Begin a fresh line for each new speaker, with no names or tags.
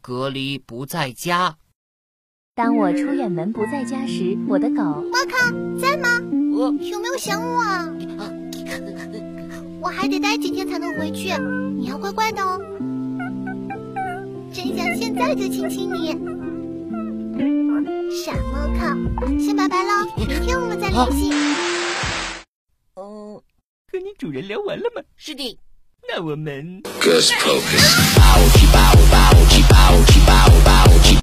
隔离不在家。
当我出远门不在家时，我的狗
巴卡在吗？
呃，
有没有想我啊？我还得待几天才能回去，你要乖乖的哦。真想现在就亲亲你，傻猫靠，先拜拜喽，明天我们再联系。
嗯，
和你主人聊完了吗？
是的。
那我们。
Gus Pocus. Ouchie, bow, ouchie, ouchie.